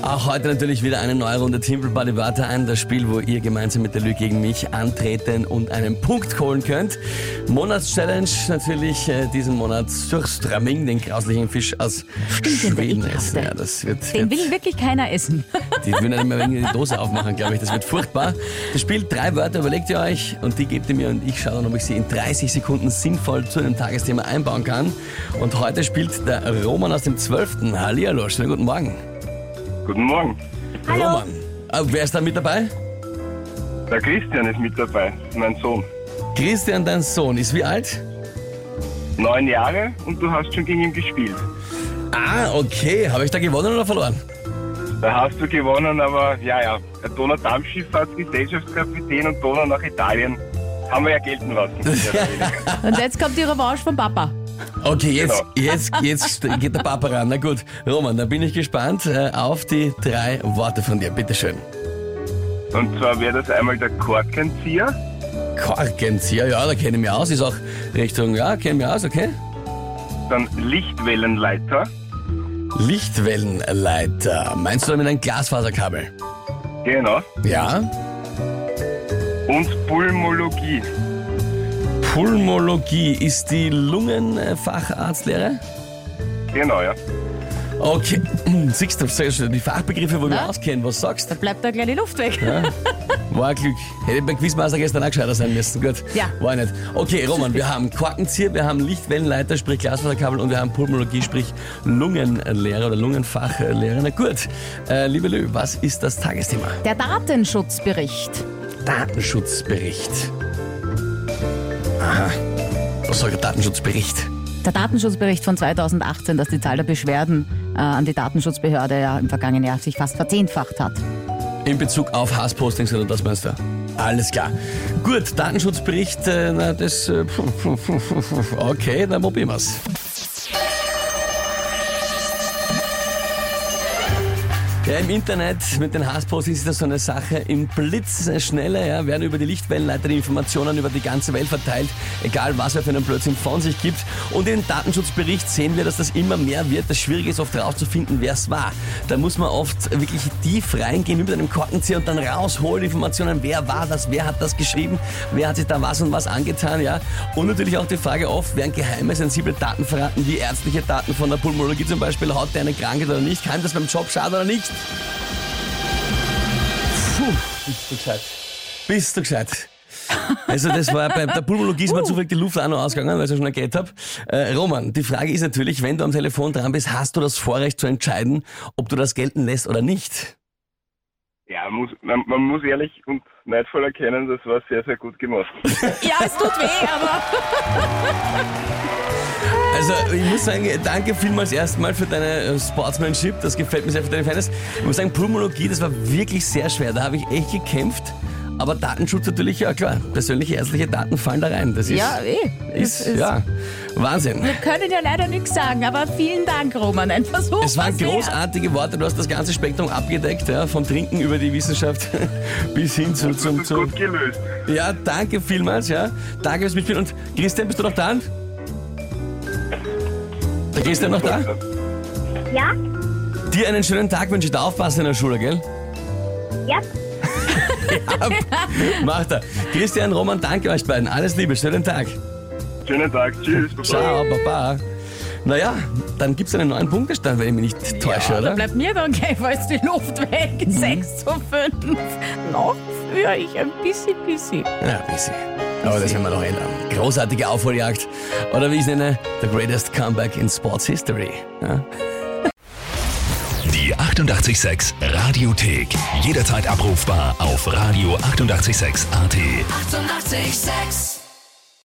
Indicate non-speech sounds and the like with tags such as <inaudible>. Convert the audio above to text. Auch heute natürlich wieder eine neue Runde Timpel Body Wörter an, das Spiel, wo ihr gemeinsam mit der Lüge gegen mich antreten und einen Punkt holen könnt. Monatschallenge natürlich äh, diesen Monat Surströmming, den grauslichen Fisch aus der Schweden ekelhafte. essen. Ja, das wird, Den wird will wirklich keiner essen. <laughs> die würden einem ein wenig die Dose aufmachen, glaube ich. Das wird furchtbar. Das Spiel, drei Wörter überlegt ihr euch und die gebt ihr mir und ich schaue dann, ob ich sie in 30 Sekunden sinnvoll zu einem Tagesthema einbauen kann. Und heute spielt der Roman aus dem 12. Hallihallo, schönen guten Morgen. Guten Morgen. Hallo. Roman. Äh, Wer ist da mit dabei? Der Christian ist mit dabei, mein Sohn. Christian, dein Sohn, ist wie alt? Neun Jahre und du hast schon gegen ihn gespielt. Ah, okay. Habe ich da gewonnen oder verloren? Da hast du gewonnen, aber ja, ja. Der Donau Dampfschifffahrt, Gesellschaftskapitän und Donau nach Italien haben wir ja gelten lassen. Ja, <laughs> Und jetzt kommt die Revanche von Papa. Okay, jetzt, Genau. jetzt, jetzt geht der Papa ran. Na gut, Roman, dann bin ich gespannt äh, auf die drei Worte von dir. Bitteschön. Und zwar wäre das einmal der Korkenzieher, Korkenzieher, ja, da kenne ich mich aus. Ist auch Richtung, ja, kenne ich mich aus, okay. dann Lichtwellenleiter, Lichtwellenleiter. Meinst du damit ein Glasfaserkabel? genau, Ja. und Pulmologie. Pulmologie ist die Lungenfacharztlehre? Genau, ja. Okay. <clears throat> Siehst du, sehr schön. die Fachbegriffe, wo wir Na? auskennen, was sagst? Bleibt da gleich die Luft weg. War ein Glück. Hätte beim Quizmaster gestern auch gescheiter sein müssen. Gut. Ja. War nicht. Okay, Roman, wir haben Korkenzieher, wir haben Lichtwellenleiter, sprich Glasfaserkabel und wir haben Pulmologie, sprich Lungenlehre oder Lungenfachlehre. Na gut. Äh, liebe Lü, was ist das Tagesthema? Der Datenschutzbericht. Datenschutzbericht. Aha. Was soll der Datenschutzbericht? Der Datenschutzbericht von 2018, dass die Zahl der Beschwerden äh, an die Datenschutzbehörde ja im vergangenen Jahr sich fast verzehnfacht hat. In Bezug auf Hasspostings oder das meinst du? Alles klar. Gut, Datenschutzbericht, äh, na, das. Äh, okay, dann probieren wir's. Ja, im Internet mit den Hasspostings ist das so eine Sache. Im Blitzschnelle ja, werden über die Lichtwellenleiter die Informationen über die ganze Welt verteilt, egal was er für einen Blödsinn von sich gibt. Und im Datenschutzbericht sehen wir, dass das immer mehr wird. Das Schwierige ist oft rauszufinden, wer es war. Da muss man oft wirklich tief reingehen mit einem Korkenzieher und dann rausholen Informationen, wer war das, wer hat das geschrieben, wer hat sich da was und was angetan. ja. Und natürlich auch die Frage oft, werden geheime, sensible Daten verraten, wie ärztliche Daten von der Pulmologie zum Beispiel, hat der eine Krankheit oder nicht, kann das beim Job schaden oder nicht. Puh, bist du gescheit. Bist du gescheit. Also das war bei der Pulmologie ist mir Uh. zufällig die Luft auch noch ausgegangen, weil ich es ja schon erklärt habe. Äh, Roman, die Frage ist natürlich, wenn du am Telefon dran bist, hast du das Vorrecht zu entscheiden, ob du das gelten lässt oder nicht. Ja, man muss, man, man muss ehrlich und neidvoll erkennen, das war sehr, sehr gut gemacht. Ja, es tut weh, aber <laughs> Also ich muss sagen, danke vielmals erstmal für deine äh, Sportsmanship, das gefällt mir sehr für deine Fairness. Ich muss sagen, Pulmologie, das war wirklich sehr schwer, da habe ich echt gekämpft. Aber Datenschutz natürlich, ja klar, persönliche ärztliche Daten fallen da rein. Das ist, ja, eh. Es ist, ist- ja Wahnsinn. Wir können ja leider nichts sagen, aber vielen Dank, Roman. Ein Versuch. Es waren war's wert. großartige Worte, du hast das ganze Spektrum abgedeckt, ja, vom Trinken über die Wissenschaft <laughs> bis hin zu, Das zum, ist zum. gut gelöst. Ja, danke vielmals, ja. Danke fürs Mitspielen. Und Christian, bist du noch da? Der Christian noch da? Ja, Dir einen schönen Tag wünsche ich da aufpassen in der Schule, gell? ja, Macht er. Christian, Roman, danke euch beiden. Alles Liebe, schönen Tag. Schönen Tag, tschüss. Ciao, Baba. Naja, dann gibt's einen neuen Punktestand, wenn ich mich nicht täusche, Da oder? bleibt mir dann gleichfalls die Luft weg. Mhm. 6 zu 5. Noch führe ich ein bisschen, bisschen. Ja, ein bisschen. Aber das werden wir noch ändern. Großartige Aufholjagd. Oder wie ich es nenne, the greatest comeback in Sports History. Ja. Die 886 Radiothek. Jederzeit abrufbar auf radio886.at. 886! 886. 886